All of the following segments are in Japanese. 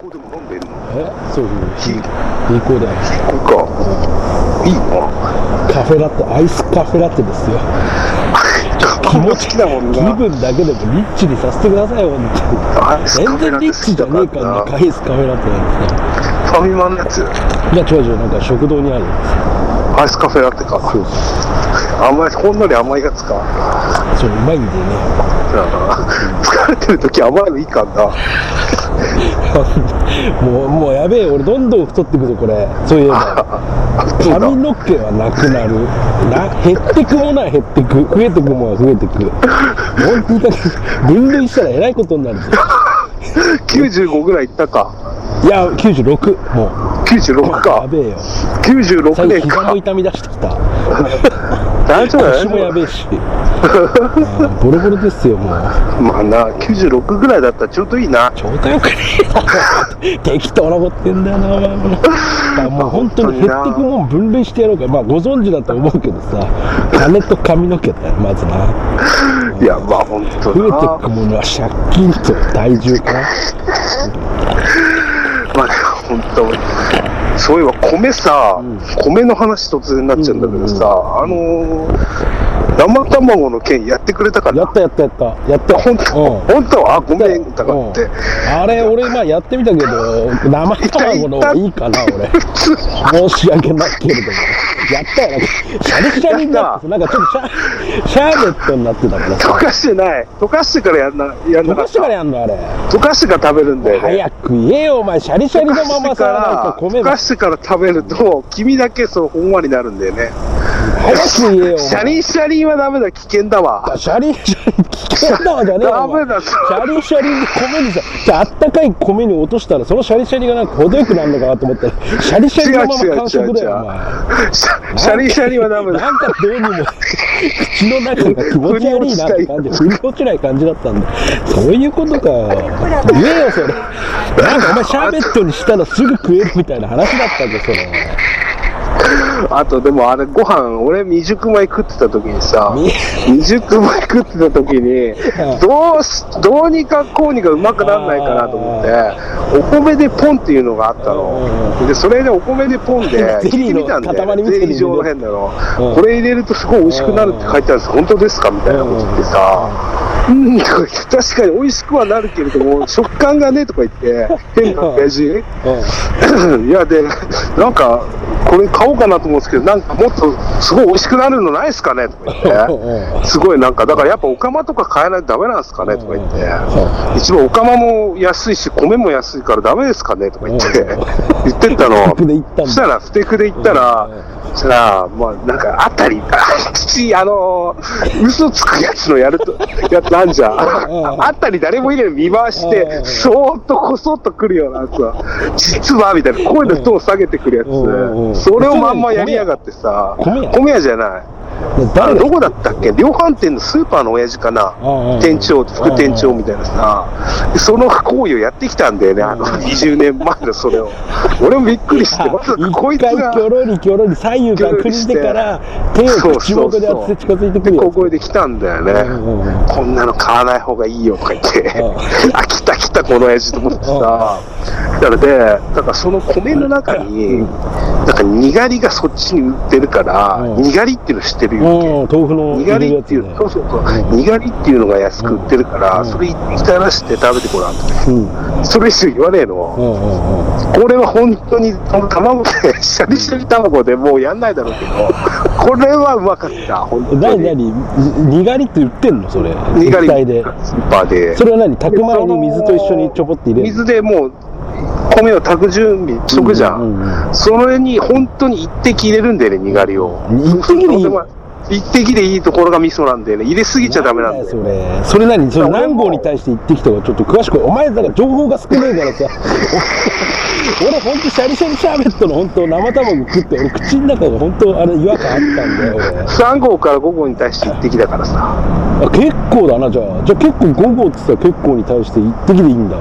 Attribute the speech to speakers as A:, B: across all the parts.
A: こでも飲んでるの
B: えそういう
A: いい
B: 銀行だよ
A: こか。いいな。
B: カフェラテアイスカフェラテですよ
A: 気持ちきだもん
B: 気
A: な。
B: 分だけでもリッチにさせてくださいよ本
A: アイス
B: 当
A: カフェ
B: に全然
A: ラ
B: リ
A: テ
B: ッチじゃねえか
A: 好きだ
B: らなアイスカフェラテなんて
A: ファミマのやつ。
B: いや長女なんか食堂にあるんですよ
A: アイスカフェラテか。
B: そう
A: 甘い、ほんのり甘いやつか。
B: そううまいんでね
A: だな。疲れてる時甘いのいいかんな。
B: もうもうやべえ俺どんどん太ってくぞこれそういえば
A: あ、そうだ。
B: 髪の毛はなくなるな減ってくものは減ってく増えてくものは増えてく本当にだけ分類したらえらいことになるぞ
A: 95ぐらいいったか。
B: いや96もう
A: 96
B: や
A: か。
B: べえよ
A: 96
B: 最近
A: 年
B: 膝
A: か
B: も。痛み出してきた
A: 大丈夫だ
B: 腰もや
A: よ。
B: べえしあーボロボロですよもう
A: まあな、96ぐらいだったらちょうどいいな。
B: ちょうどよくねえだろ適当なこと言ってんだよなお前も だからもう本当に減ってくもん分類してやろうかまあご存知だと思うけどさ金と髪の毛だよまずない
A: や、まあ本当
B: 増えて
A: な。
B: くものは借金と体重か
A: まあ、本当そういえば米さ、米の話突然になっちゃうんだけどさ、あのー生卵の件やってくれたか
B: や
A: ら
B: ったやったやったやった
A: 本
B: うん
A: 当、本当はあごめんだからって
B: うんあれ俺まあやってみたけど生卵の方がいいかな俺
A: 普通
B: 申し訳ないけれども。やったよ、なんか、シャリシャリになって、なんかちょっとシャシャーベットになってたから
A: 溶
B: さ。
A: かしてない溶かしてからやんなやん
B: 溶
A: なか
B: か
A: っ
B: して
A: た
B: からやんのあれ。
A: 溶かしてから食べるんだよね
B: 早く言えよ、お前。シャリシャリのままさ、なんか米
A: 溶
B: ば
A: かしてから食べると黄身だけそうほんわりになるんだよね
B: 早く言えよ。お前
A: シャリンシャリンはダメだ危険だわ
B: シャリシャリ、危険だわじゃねえよ。お前
A: ダメだ
B: シャリシャリで米にさ、じゃああったかい米に落としたら、そのシャリシャリがなんか程よくなるのかなと思ったら、シャリシャリのまま完食だよ、お前。
A: シャシャリンシャリンはダメだ
B: なんかどうにも、口の中が気持ち悪いなっ て感じ、振り落ちない感じだったんだ。そういうことか。言えよ、それ。なんかお前、シャーベットにしたらすぐ食えるみたいな話だったぞ、それ。
A: あとでもあれご飯俺未熟米食ってた時にさ
B: み
A: 未熟米食ってた時に
B: ん
A: どうしどうにかこうにかうまくなんないかなと思ってお米でポンっていうのがあったのでそれでお米でポンで
B: ゼ
A: 聞いて
B: リーの
A: みたんだよ
B: 塊
A: ね
B: みた
A: ゼ
B: いなの入れて
A: リー状の変なの
B: うん
A: これ入れるとすごい美味しくなるって書いてあるんです本当ですかみたいなこと言ってさうん、とか言って確かに美味しくはなるけれども、食感がね、とか言って、変なページ。
B: うん。
A: いやで、なんか、これ買おうかなと思うんですけど、なんかもっとすごい美味しくなるのないですかねとか 言って、すごいなんか、だからやっぱお釜とか買えないとダメなんですかねとか言って、一番お釜も安いし、米も安いからダメですかねとか言って
B: うん、
A: 言ってったの
B: 服で行ったんだ。
A: そしたら、ステクで行ったら、そしたら、まあ、なんか、あたり、あ父、あのー嘘つくやつのやる と、やつなんじゃん。
B: うん
A: あったり誰もいないの見回し
B: う
A: て、
B: ん
A: そーっとこそっと来るようなやつは、実は、みたいな、声のトーン下げてくるや
B: うん
A: つ。それをまんまやりやがってさ、
B: 米屋
A: 米屋じゃない。あ
B: 誰
A: れ
B: が
A: どこだったっけ量販店のスーパーの親父かな
B: うんうん
A: 店長、副店長みたいなさ、でその行為をやってきたんだよね、あの20年前のそれを。俺もびっくりして、まさかこい
B: 一
A: つが
B: 回、キョロリキョロリ左右確認してから手
A: そ
B: を
A: う
B: 口
A: そう
B: 元で当
A: そ
B: て
A: う
B: て近づいてく
A: で、
B: る
A: 小
B: よ
A: 声で来たんだよね。
B: んうん
A: こんなの買わない方がいいよとか言って
B: う、
A: あ、来た来た、この親父と思ってさ、だからで、だからその米の中に、なんかにがりがそっちに売ってるから、
B: うん
A: にがりっていうの知ってるよ。
B: うん豆腐の
A: に
B: 入
A: が
B: れる
A: り
B: や
A: っ
B: つ
A: ていう、
B: ね
A: そうそうそう、にがりっていうのが安く売ってるから、それ一回らして食べてごらんと
B: うん
A: それ以上言わねえの
B: う。んうんうん
A: これは本当に、この卵で、シャリシャリ卵でもうやんないだろうけど、 これはうまかった、本
B: え
A: 当
B: 何
A: に。
B: 何ににがりって売ってんのそれ
A: にがり、ス
B: 液体で
A: ーパーで
B: そ。れは何炊く前に水と一緒にちょぼって入れる
A: 水でもう、米を炊く準備しとくじゃん。
B: うんうん
A: それに本当に一滴入れるんだよね、にがりを。
B: 一滴でいい
A: とんもない一滴でいいところが味噌なんだよね。入れすぎちゃダメなんだよ。
B: それそれ何それ何号に対して言ってきたかちょっと詳しくお前だから情報が少ないからさ俺俺本当シャリシャリシャーベットの本当生卵食って俺口の中が本当あれ違和感あったんだよ俺
A: 3号から5号に対して一滴だからさ。
B: あ結構だなじゃあじゃあ結構5号って言ったら結構に対して一滴でいいんだ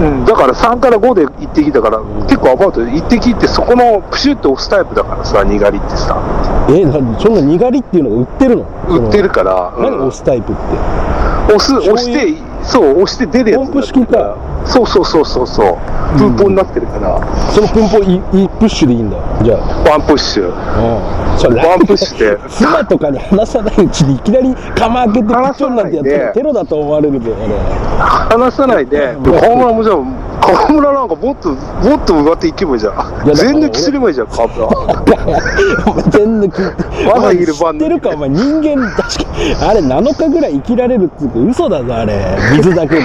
A: うん、だから3から5で一滴だから、結構アバウトで一滴ってそこのプシュって押すタイプだからさ、にがりってさ。
B: え何そんなにがりっていうのが売ってるの
A: 売って
B: る
A: るから、う
B: 何
A: ん
B: 押すタイプって
A: 押す、押し
B: 醤
A: て、そう、押して出るやつ
B: ポンプ式か。
A: そうそうそうそうそう。プンポンになってるから、
B: そのポンポンいいプッシュでいいんだじゃあ
A: ワンプッシュ。
B: ああそれ
A: ワンプッシュで
B: 妻とかに話さないうちにいきなり釜開けてピ
A: 話
B: ッチョ
A: さ
B: ンな
A: なんい
B: て
A: で
B: やったらテロだと思われるであ
A: 離さないで、河村もじゃあ、河村なんかもっと、もっと上手いけばいいじゃ
B: いやだから
A: ん。全抜きすればいいじゃん、河村。
B: れお前全抜き
A: まだいる
B: 知ってるかお前人間確かあれ7日ぐらい生きられるっつうか嘘だぞあれ水だけで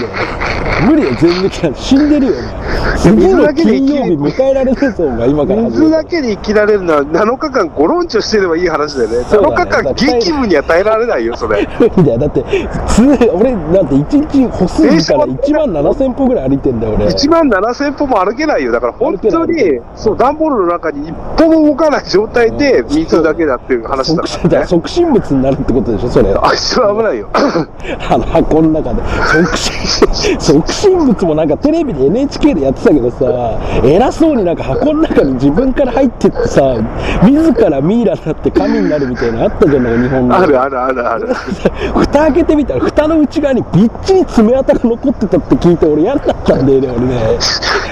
B: 無理よ全抜きなんて死んでるよお前次
A: 水
B: の
A: だけで生
B: 金
A: き
B: 曜日迎えられるぞお前今から始め
A: 水
B: たら
A: だけで生きられるのは7日間ゴロンチョしてればいい話だよね。
B: そうだね
A: 7日間激務には耐えられないよ、それ。
B: いやだってつ俺なんて1日歩数見たら1万7000歩ぐらい歩いてんだよ俺
A: 1万7000歩も歩けないよ。だから本当
B: 歩けない
A: に、そう、段ボールの中に一歩も動かない状態で水だけだっていう話だ
B: 即
A: か
B: だからら
A: ね。
B: 即身仏になるってことでしょそれ
A: あ、一番危ないよ。
B: あの箱の中で促進促進物もなんかテレビで NHK でやってたけどさ偉そうになんか箱の中に自分から入ってってさ自らミイラになって神になるみたいなのあったじゃない日本の
A: あるあるあるある。
B: 蓋開けてみたら蓋の内側にびっちり爪痕が残ってたって聞いて俺嫌になったんだよね俺ね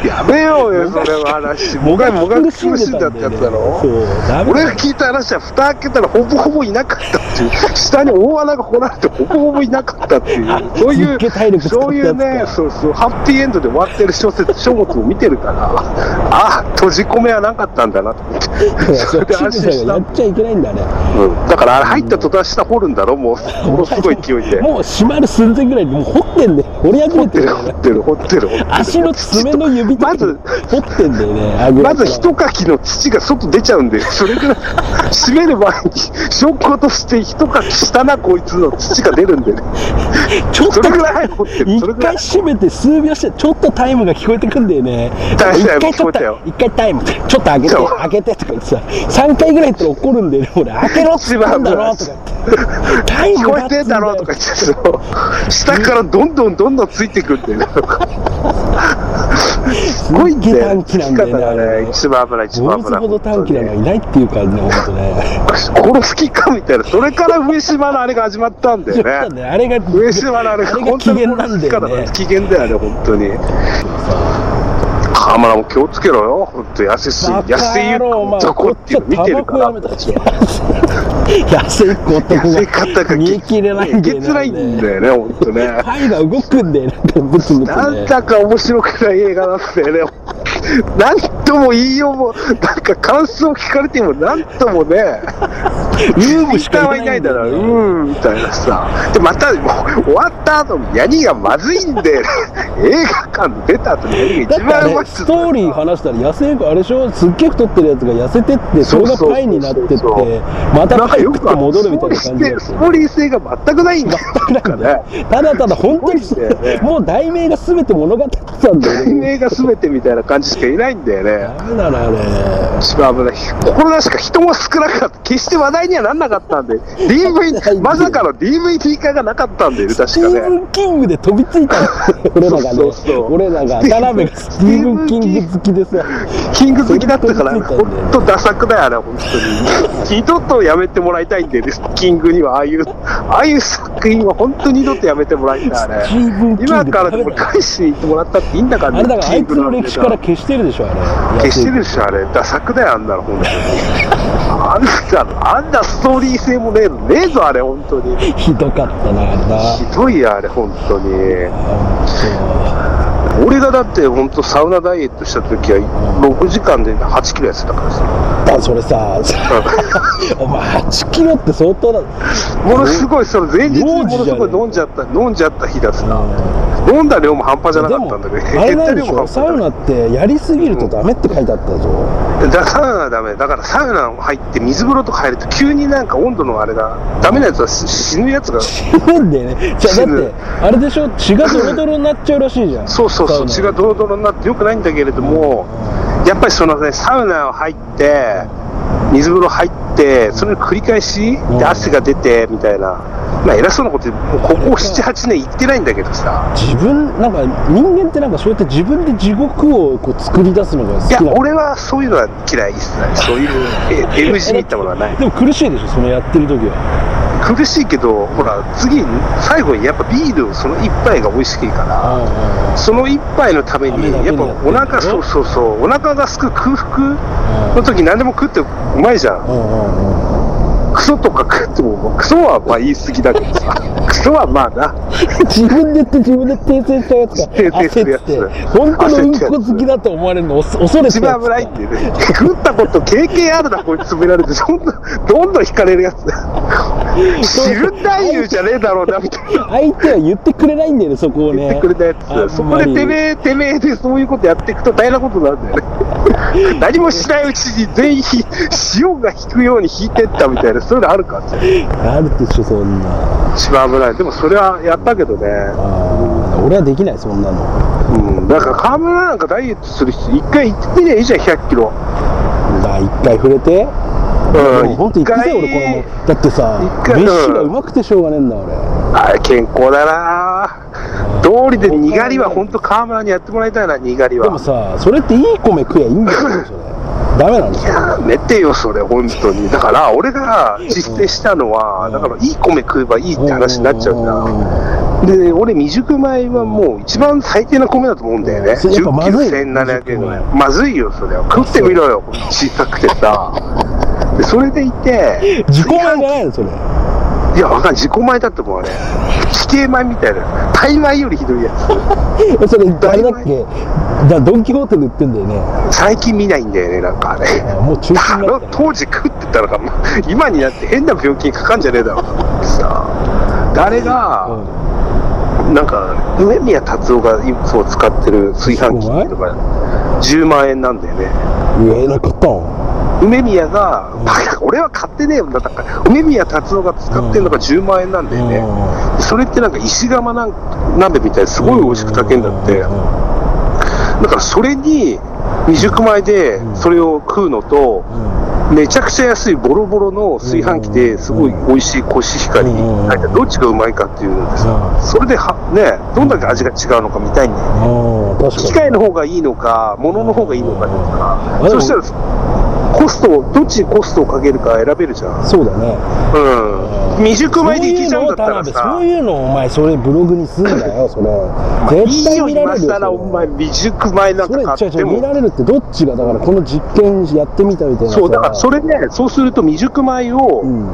A: やめようよ、それは話。もがいもが苦しんでたってやつだろ
B: そ。うダメだ
A: 俺が聞いた話は、蓋開けたらほぼほぼいなかったっていう、下に大穴が掘られてほぼほぼいなかったっていう、そう
B: すっげえ体
A: い
B: 力
A: う、
B: 使った
A: そういうね
B: やつか、
A: そうそう、ハッピーエンドで終わってる小説、書物を見てるから、あ閉じ込めはなかったんだなと思って、それで安心した
B: や。っちゃいけないんだね。
A: うんだから、あれ入った途端下掘るんだろ、もう、ものすごい勢いで。
B: もう閉まる寸前ぐらいにもう掘ってんね。掘り始
A: 掘
B: め
A: ってて
B: る
A: る、
B: よ
A: 掘
B: ね
A: っ。てる、掘ってる、掘ってる。
B: 足の爪の指と
A: ま
B: かに
A: ず、
B: 掘ってんだよね。あぐら
A: ま
B: か
A: ず
B: ら
A: 一かきの土が外出ちゃうんで、それから閉める前に、証拠として一かきしたな、こいつの土が出るんでね。
B: ちょっと
A: それぐらい掘ってるそれ
B: 一
A: ぐら
B: 回
A: い
B: 閉めて数秒してちょっとタイムが聞こえてくんだよね。
A: タイム
B: 一回ち
A: 聞
B: ょ
A: こ
B: っ
A: え
B: と
A: たよ
B: 一回タイムちょっと開けて
A: そう
B: 開けてとか言ってさ、三回ぐらいやったら怒るんだよね。俺開けろっつったんだろ とか言って。タイ
A: 聞
B: ム
A: こ
B: が
A: えてんだろうとか言って、そう下からどんどんどんどんついてくんでね。すごいんだよ。
B: すっげえ短期なんだよ
A: 聞き
B: ね
A: 方
B: あれ
A: が
B: ね
A: ね、一番危ない、一
B: ボ
A: 番
B: ル
A: 危
B: ズ
A: ない。
B: ほど短期なのはいないっていう感じね、ほんとね。
A: 殺す気かみたいな、それから上島のあれが始まったんだ
B: ちょっ
A: よ
B: と
A: ね。
B: ね、あれが、
A: 上島のあれが
B: あれが
A: 本
B: 機
A: 当に
B: 嫌なんだよね。
A: 機嫌だよね、本当に。河村も気をつけろよ、本当安す
B: バ
A: ぎ、
B: カ
A: 安い
B: 野
A: よ
B: 郎お前
A: どこっていうの見てるから。
B: こっち はタバコやめた安い子男
A: 安い方
B: が
A: が
B: 見え切れないんだよ
A: えげつないんだよね、本当ね。
B: パイが動くんだよなんかブツブツね
A: なんだか面白くない映画なんだよね。なんとも言いようも、なんか感想聞かれても、なんともね、
B: ユー
A: ツイ
B: ムし
A: ッター
B: か
A: はいい
B: な
A: ないい
B: ん
A: だ
B: だ
A: ろ、
B: よ
A: う
B: ね
A: ーん、みたいなさ。で、また、もう終わった後のヤニがまずいんで、映画館出た後のヤニが
B: だ
A: 一番う
B: って
A: ま
B: あ
A: い
B: れ
A: っ
B: ス
A: す
B: トーリー話したら痩せあれでしょすっげえ太ってるやつが痩せてってそれがパイになってって
A: そうそうそうそう
B: また
A: なん
B: パ
A: か
B: イ
A: よ
B: 食っ
A: く
B: て戻るみたいな感じだ
A: ストーリー性が全くない んだよ。
B: 全くないんだよ
A: ね
B: ただただ本当に
A: すごいんだよね
B: もう題名が全て物語ってたんだよね
A: 映画全てみたいな感じしかいないんだよね。
B: ダメだなあれ
A: 一番危ない。心なしか人も少なかった。決して話題にはなんなかったんで、
B: ない
A: DV、まさかの DVD 化がなかったんだよね、
B: ステ
A: 確
B: ィ
A: か
B: ーブ
A: ね。
B: ン・キングで飛びついた の俺らがね
A: そうそう
B: 俺ら
A: ス
B: が
A: ティーブン
B: 田辺がスティーブン・キング好きでさ
A: キング好きだったから、
B: それに飛びついたんだよ
A: 本当ダサくだよ、あれ、本当に。二度とやめてもらいたいんだよね、キングには。ああいう、ああいう作品は本当に二度とやめてもらいたい、あ
B: スティーブン
A: れ。
B: キング
A: 今からでも返しに行ってもらったっていいんだか
B: あ
A: ら
B: れだからあ
A: キン
B: いつ
A: グな
B: の
A: んて
B: 歴史から消してるでしょあれ
A: 消してるでしょ、あれ。ダサくだよ、あんなの、本当に。あんな、あんなストーリー性もねえのねえぞ、あれ、本当に。
B: ひどかったなあれな
A: ひどいやあれ本当に
B: あ
A: 俺がだって本当サウナダイエットした時は6時間で8キロ痩せたから さ
B: そうだそれさ お前8キロって相当だ
A: ものすごいその前日に
B: 幼
A: も
B: 児じゃね
A: のすごい飲んじゃった飲んじゃった日だしな
B: あ
A: 飲んだ量も半端じゃな
B: で
A: かっ
B: も
A: たんだけど
B: あれなんでしょサウ
A: だ
B: ナってやりすぎるとダメって書いてあったぞ
A: からサウナはダメだからサウナ入って水風呂とか入ると急になんか温度のあれがダメなやつは死死ぬやつが
B: 死ぬんだよねじゃあ
A: 死
B: だっ
A: ぬ
B: てあれでしょ血がドロドロになっちゃうらしいじゃん
A: そうそう
B: サ
A: そ
B: ウ
A: う
B: ナ
A: 血がドロドロになってよくないんだけれどもやっぱりそのねサウナを入って水風呂入ってそれの繰り返し
B: ん
A: で汗が出てみたいなまあ偉そうなこと言ってもうここ78年行ってないんだけどさ
B: 自分なんか人間ってなんかそうやって自分で地獄をこう作り出すのが好
A: い
B: き
A: や
B: なの
A: 俺はそういうのは嫌いっすねそういうえ MC ったものはない
B: でも苦しいでしょそのやってる時は
A: 苦しいけど、ほら、次、最後にやっぱビール、その一杯が美味しいから、その一杯のために、やっぱお腹、そうそうそう、お腹がすく空腹の時何でも食ってうまいじゃん。クソとか食っても、クソはまあ言い過ぎだけどさ、クソはまあな、
B: 自分で言って自分で訂正したやつが
A: 訂正するやつ
B: 焦って本当のうんこ好きだと思われるの恐恐れて
A: 一
B: るや
A: 番
B: つ
A: 危ないっていうね、食ったこと経験あるな、こいつ、められて、どんどんどんどん引かれるやつだ、知る男優じゃねえだろうなみたいな。
B: 相手は言ってくれないんだよねそこをね
A: 言ってくれたやつ、そこでてめえ、てめえでそういうことやっていくと大変なことになるんだよね。何もしないうちに全員ひ、潮が引くように引いてったみたいな、そういうのあるからね、
B: あるでしょそんな
A: 一番危ない。でもそれはやったけどね。
B: あー俺はできないそんなの
A: うん。だから河村なんかダイエットする人、一回行ってみりゃいいじゃん、100キロ。
B: だ一回触れて
A: う
B: もう本当行くぜ俺このだってさ
A: 一回
B: 飯がうまくてしょうがねえんだ俺
A: あれ健康だな道理でにがりは本当川村にやってもらいたいなにがり
B: でも
A: は
B: さそれっていい米食えばいいんだよそ れダメなのそれ
A: やめてよそれ本当 にだから俺が実践したのはだからいい米食えばいいって話になっちゃうんだで俺未熟米はもう一番最低な米だと思うんだよね
B: そ
A: 1
B: れやっぱ
A: 0
B: ま
A: キロ
B: ずい
A: 1700円まずいよそれは食ってみろよ小さくて さでそれでいて
B: 自己満じゃないのそれ
A: いやわかんない自己米だと思うあれ地形米みたいなタイ米よりひどいやつ
B: えそれ誰だっけだドン・キホーテで売ってんだよね
A: 最近見ないんだよね、なんかあれ。
B: あもう中止
A: あ
B: にな
A: の
B: ったね
A: 当時食ってたのか、今になって変な病気にかかんじゃねえだろうと思ってさ、誰
B: う
A: が、
B: ん
A: なんか、梅宮達夫がいつも使ってる炊飯器とか、10万円なんだよね。
B: 言えなかったの
A: 梅宮が、バカ俺は買ってねえよ、だから、梅宮達夫が使ってるのが10万円なんだよね。それってなんか石窯なん鍋みたいにすごい美味しく炊けんだって。だからそれに、未熟米でそれを食うのと、めちゃくちゃ安いボロボロの炊飯器ですごい美味しいコシヒカリ
B: うん
A: なんかどっちがうまいかっていうのでさ
B: う
A: それではねどんだけ味が違うのか見たいんだよね
B: ああ確かに
A: 機械の方がいいのか物の方がいいのか
B: うん
A: とか
B: う
A: そ
B: ん
A: したらコストをどっちにコストをかけるか選べるじゃん
B: そうだね
A: うん未熟米でいけちゃうんだったら
B: そ
A: さ
B: ういうのを田辺そういうのをお前それブログにすんだよそれ
A: い
B: 絶
A: い
B: 対
A: よ
B: 見ら
A: 今
B: れるよ
A: 更らお前未熟米なん
B: それ
A: か
B: そ
A: 買
B: れ
A: って
B: 違う違う見
A: も
B: られるってどっちがだからこの実験やってみたみたいなさ
A: そうだからそれねそうすると未熟米を
B: うん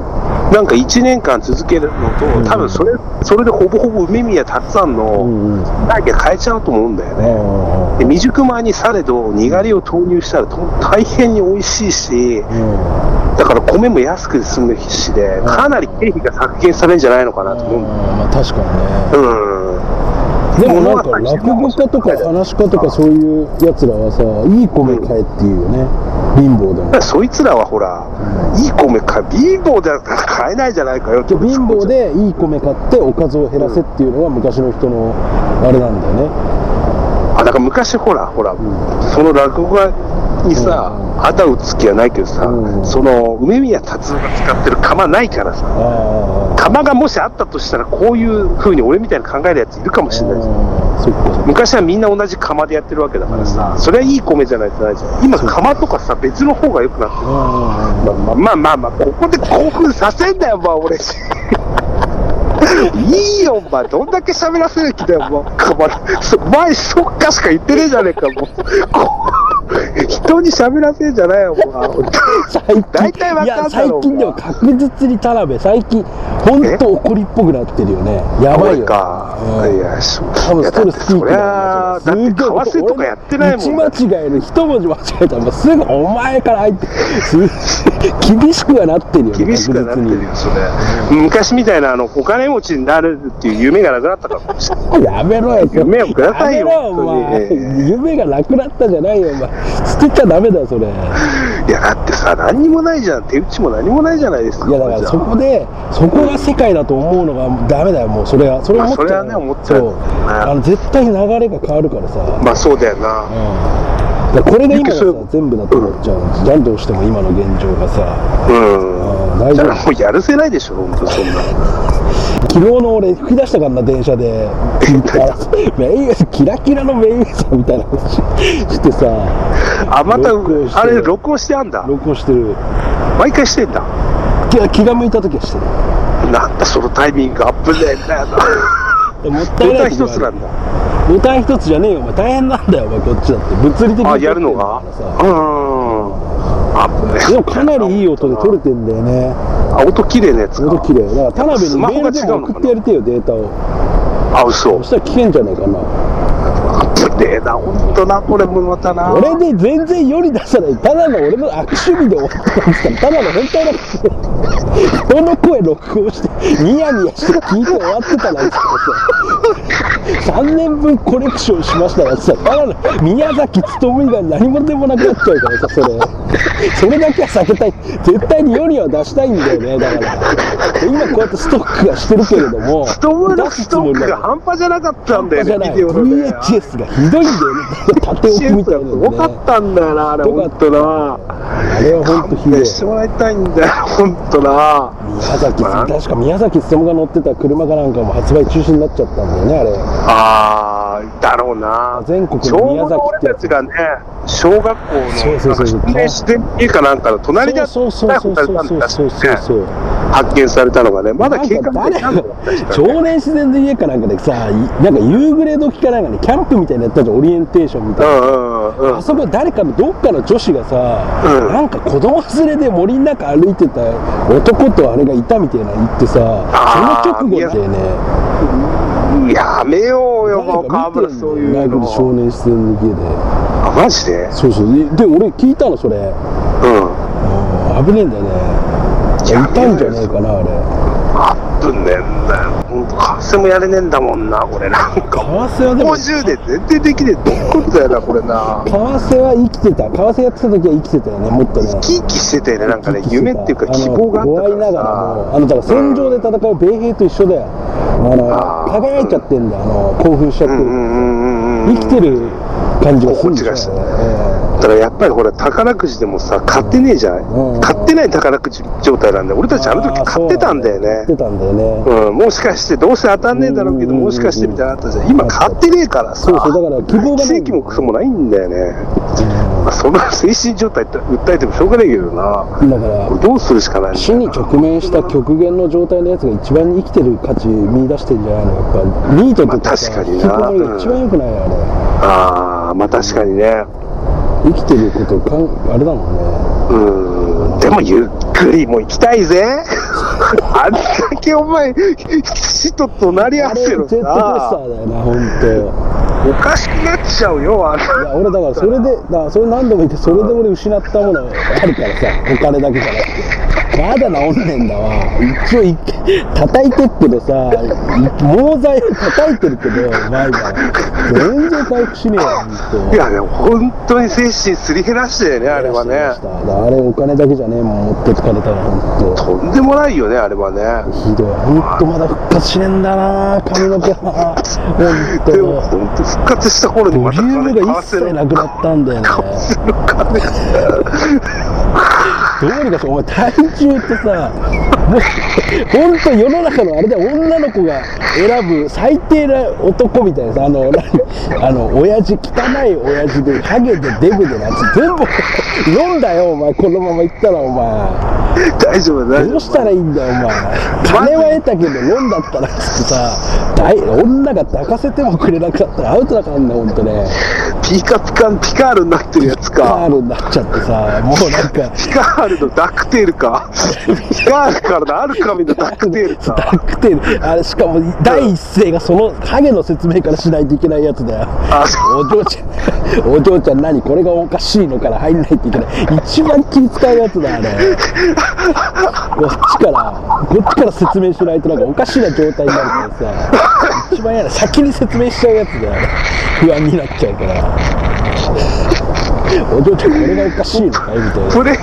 A: なんか1年間続けるのと、多分それそれでほぼほぼ梅宮達さん
B: う
A: の
B: んうん
A: 体験変えちゃうと思うんだよ
B: う
A: ね。
B: ん
A: で未熟米にされど、にがりを投入したらと大変に美味しいし、
B: うん
A: だから米も安く済むしで、かなり経費が削減されるんじゃないのかなと思うんだよ。
B: まあ確かにね
A: うん
B: でもなんか落語家とか話し家とかそういうやつらはさいい米買えっていうよね貧乏で
A: だ
B: も
A: からそいつらはほら、いい米か、貧乏だから買えないじゃないかよって。
B: 貧乏でいい米買っておかずを減らせっていうのが昔の人のあれなんだよね
A: あだから昔ほらほら、その落語家にさ、あたうつきはないけどさ、
B: うん
A: その梅宮達夫が使ってる釜ないからさ
B: あ
A: 釜がもしあったとしたらこういう風に俺みたいに考えるやついるかもしれないじゃん
B: あそっか
A: 昔はみんな同じ釜でやってるわけだからさ、それはいい米じゃないとないじゃん今釜とかさ別の方が良くなってる
B: あ
A: まあまあまあまあ、ここで興奮させんだよ、まあ俺。いいよ、お前。どんだけ喋らせる気だよ、もう。かまらそ前、そっかしか言ってねえじゃねえか、もう。こ人に喋らせんじゃないよ、もう。
B: 最
A: 大体わか
B: 近いや
A: んだ
B: 最
A: ろうが
B: 近でも確実に田辺最近ほんと怒りっぽくなってるよねやばいよ
A: か。
B: うん
A: いや、そ
B: 多
A: う
B: 分
A: いやだ
B: スト
A: って
B: レスピー
A: そ
B: ク
A: り
B: だ
A: ゃあ、だって、為替とかやってないもん。
B: 一間違える、一文字間違えたら、もうすぐお前から入って、す厳しくはなってるよね、
A: 厳しくはなってるよ、それ。昔みたいな、あの、お金持ちになるっていう夢がなくなった からかもしれない。
B: 確実にやめろよ、
A: 夢をくださいよ
B: やめろお
A: 本当に
B: 前。夢がなくなったじゃないよ、お前。捨てちゃダメだよ、それ。いや、
A: いや、だってさ、何にもないじゃん。手打ちも何もないじゃないですか。
B: だから
A: じゃあ
B: そこで、そこが世界だと思うのがダメだよ、もう、それは。それは思っち
A: まあそ
B: ゃうよ。
A: れはね思っちゃうよね
B: そあの、絶対流れが変わるからさ。
A: まあそうだよな。
B: だからこれが今がさ
A: 結局、
B: 全部だと思っちゃうんですじゃん、どうしても今の現状がさ。
A: うん。
B: 大
A: だ
B: 丈
A: から。
B: 夫
A: もうやるせないでしょ、本当そんな。
B: 昨日の俺吹き出したからな電車で メイウェザーキラキラのメイウェザーみたいな話してさ
A: あ、また
B: 録音し、て
A: あれ、録音してあんだ。
B: 録音してる
A: 毎回してんだ。
B: 気が気が向いた時はしてる
A: なんだそのタイミングアップでみたいな。
B: もったい
A: ボ
B: な
A: タ
B: い
A: ン一つなんんだ。
B: ボタン一つじゃねえよお前大変なんだよお前こっちだって物理的に
A: あ、やるのが
B: 撮ってん
A: う
B: だか
A: ん。アップ
B: ら
A: ね。
B: さでもかなりいい音で撮れてんだよね
A: あ、音綺麗なやつ
B: 音
A: か。
B: 綺麗だから田辺にメールでも送ってやりてえよデータを
A: あ、嘘
B: そ。したら聞けんじゃねえかな
A: アップねえな、ほんとな、これもまたな。
B: 俺で全然世に出さないただの俺の悪趣味で終わったんですからただの変態だって人の声録音してニヤニヤして聞いて終わってたなんてさ3年分コレクションしましたなんてさただの宮崎努以外何もでもなくなっちゃうからさそれそれだけは避けたい絶対に世には出したいんだよねだからで今こうやってストックがしてるけれども
A: ストームの
B: 出す
A: ス
B: つ
A: ト
B: も
A: ッ
B: り
A: ク
B: だ
A: が
B: から
A: 半端じゃなかったんだよ
B: じゃな
A: ね、
B: い
A: ビデオのね。
B: VHS がひどいんだよね縦置きみたいなの
A: 多か
B: ね
A: ったんだよな、あれ、
B: よ
A: ほ
B: かっ
A: んとな。
B: あれは本当ひ
A: 勘
B: どい
A: 弁してもらいたいんだよ、ほんとな。
B: 宮崎
A: まあ
B: 確か宮崎勤が乗ってた車かなんかも発売中止になっちゃったんだよね
A: あ
B: あ
A: あ、だろうな。
B: 全国
A: ち
B: の
A: ょう
B: 宮
A: ど
B: 崎
A: 俺た
B: って
A: ちがね、小学校
B: そうそ
A: の
B: うそうそう
A: なんか指定してかなんかの隣で
B: れそうそうそうそうそうそうそうそう
A: 発見されたのがね、まだ
B: なん
A: 計
B: か
A: 画
B: 誰
A: 的なのだったし
B: 少年自然の家かなんかでさいなんか夕暮れ時かなんかねキャンプみたいなのやったじゃんオリエンテーションみた
A: う
B: い
A: う
B: なん
A: んうん
B: あそこ誰かのどっかの女子がさ、
A: うん
B: なんか子供連れで森の中歩いてた男とあれがいたみたいなの言ってさ
A: あ
B: そ
A: ー
B: の直後だよね
A: うん。やめようよ、もう川村、そういう
B: の少
A: の。
B: 年自然の家で
A: あ、マジで
B: そうそうでで俺聞いたのそれ
A: うん。
B: あー危ねえんだよねいやいたんじゃねえかなあれ
A: あっぶねんだよ。ほんと、完成もやれねえんだもんな、これなんか。
B: 為替はでも
A: 50で全然できねえってことだよな、これな。
B: 為替は生きてた為替やってた時は生きてたよねもっとね
A: 生き生きしてたよね、なんかね、夢っていうか希望があったか
B: あの怖いな
A: ら
B: がらも
A: さ。
B: あのだから戦場で戦う米兵と一緒だよあの
A: あー
B: 輝いちゃってんだよあの興奮しちゃって
A: う
B: る、
A: んうんうんうんうん。
B: 生きてる感じがする
A: こっ
B: んだよ
A: ちがした
B: ね
A: だからやっぱりほら宝くじでもさ買ってねえじゃない、
B: うん
A: 買ってない宝くじ状態なんで俺たちあの時買ってたんだよ
B: 買って
A: ね
B: たんだよね
A: うん、もしかしてどうせ当たんねえだろうけど
B: うんうんう
A: も
B: ん
A: しかしてみたいなのあったじゃん今買ってねえからさ
B: そうそうだから希望がない
A: 奇跡もクソもないんだよね、まあそんな精神状態って訴えてもしょうがないけどな
B: だから
A: これどうするしかないんだ
B: 死
A: よ
B: に直面した極限の状態のやつが一番生きてる価値見出してんじゃないのやっぱニートとかさ
A: まあ確か
B: 引
A: に
B: き
A: な
B: こもりが一番良くないよあ
A: ああまあ確かにね
B: れ生きてることかんあれだもんね
A: うんでもゆっくりも行きたい ぜあんだけお前死と隣り合
B: あ
A: わ
B: れジ
A: せ
B: ェッ
A: の
B: トコース
A: さ
B: ターだよな本当。
A: おかしくなっちゃうよあれ
B: いや俺だからそれでだからそれ何度も言ってそれで俺失ったものあるからさお金だけじゃなくてまだ治んねえんだわ一応一回叩いてっけどさ猛剤を叩いてるけど前から全然回復しねえよ本当
A: いやでも本当に精神すり減らしてよねあれは
B: だか
A: ね
B: らあれお金だけじゃねえもん持って疲れたら本当
A: とんでもないよねあれはね
B: ひどい本当まだ復活しねえんだな髪の毛は本
A: でも本
B: 当
A: 当復活した頃に
B: ボ
A: ま
B: リ
A: た
B: ュームが一
A: 為
B: 切
A: 替
B: な
A: の
B: くなったんだよね
A: 金
B: どうにかしてお前体重ってさもう本当世の中のあれだよ女の子が選ぶ最低な男みたいなさあの何あの親父汚い親父でハゲでデブでなつ全部飲んだよお前このまま行ったらお前
A: 大丈夫大
B: ど
A: 丈
B: うしたらいいんだよ、お前。金は得たけど、飲んだったらっつってさ、大女が抱かせてもくれなかったらアウトだからね、ほんとね。
A: 夫ピカピカピカールになってるやつ
B: カ
A: か
B: ールになっちゃってさ、もうなんか、
A: ピカールのダックテールかピカールからのある神のダックテール
B: ダ
A: か
B: ックテール、あれ、しかも第一声がその影の説明からしないといけないやつだよ。
A: あそう
B: お嬢ちゃん、お嬢ちゃん何これがおかしいのから入んないといけない。一番気使うやつだ、あれ。こっちから、こっちから説明しないとなんかおかしな状態になるからさ、一番嫌だ。先に説明しちゃうやつだよ、あれ。不安になっちゃうから。お嬢ちゃんこれがおかしいのかいみたいな。
A: プレイ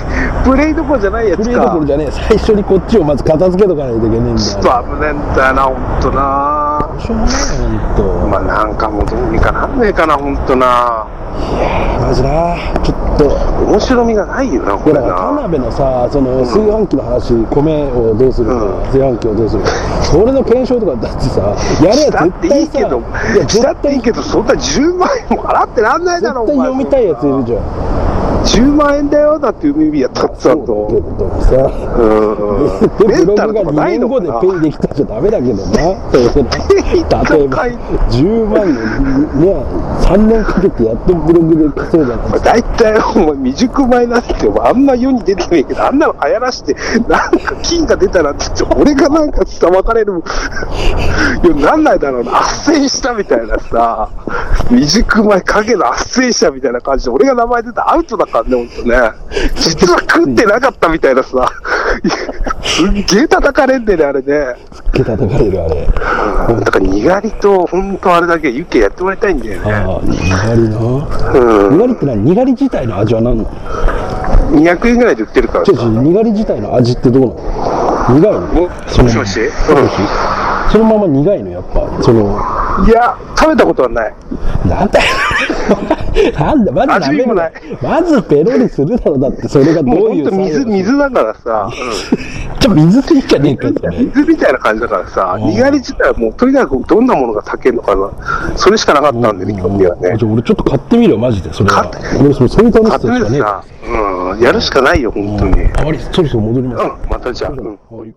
A: プレイどころじゃないや
B: プ
A: つ
B: レイどころ
A: か
B: じゃねえ。最初にこっちをまず片付けとかないといけねえんだ
A: ちょ
B: よ
A: っ。と危ねえんだよな本当な
B: しょうがないよ、ほんと。
A: まあなんかもうどうにかなんねえかな本当な
B: マジなちょっと
A: 面白みがないよなこ
B: ほ
A: れ
B: ら田
A: な
B: 辺のさその炊飯器の話、米をどうするか、
A: うん
B: 炊飯器をどうするかそれの検証とかだってさやれ
A: だ
B: や
A: って
B: 絶
A: い
B: 対
A: い
B: さ
A: けど
B: いや
A: した
B: 絶
A: ってい
B: 対
A: いけどそんな10万円も払ってらんないだ
B: 絶
A: ろ
B: 対
A: お前
B: 読みたいやついるじゃん
A: 10万円だよだって海火やったってさん
B: そう
A: と。
B: だけどさ
A: うん。
B: で
A: レ
B: ブ
A: ンタ
B: ロ
A: ル
B: グ
A: とか
B: が
A: な
B: 日
A: いの
B: 本語
A: か
B: で
A: な
B: ペイできたらダメだけ どな例えば10万円ね3年かけてやっとブログで稼いだの
A: 大体お前未熟米なんてお前あんま世に出てないけどあんなの流行らしてなんか金が出たらって言って俺がなんかさばかれるいやなんないだろうな圧旋したみたいなさ未熟米影の圧旋したみたいな感じで俺が名前出たらアウトだからねほんとね実は食ってなかったみたいなさいやすっげえ叩かれんでねあれね
B: つけたとかれるあれ
A: だからにがりと本当あれだけユッケやってもらいたいんだよね
B: ああにがりな
A: うん
B: にがりって何にがり自体の味は何なの
A: 200円ぐらいで売ってるから
B: ちょちょにがり自体の味ってどうなの苦いの
A: おもしもし、うん
B: そのまま苦いのやっぱその
A: いや、食べたことはない。
B: なんだよ なんだまずダメ
A: 味もない
B: まずペロリするだろだってそれが
A: も
B: ど
A: う
B: うい
A: 本
B: う
A: 当水、
B: 作用
A: 水だからさ、
B: ちょ水すぎじゃねえかそれ
A: 水みたいな感じだからさ、
B: うん
A: にがり自体はもうとにかくどんなものが炊けるのかな、それしかなかったんで、興味はね。
B: じゃあ俺ちょっと買ってみるよマジでそれは
A: 買
B: 俺それそういう楽し
A: 買ってみ
B: さしか
A: る
B: ねえ
A: さ、うん、やるしかないよ、本当に。
B: あまりそろそろ戻ります
A: うん、またじゃあ。うん
B: はい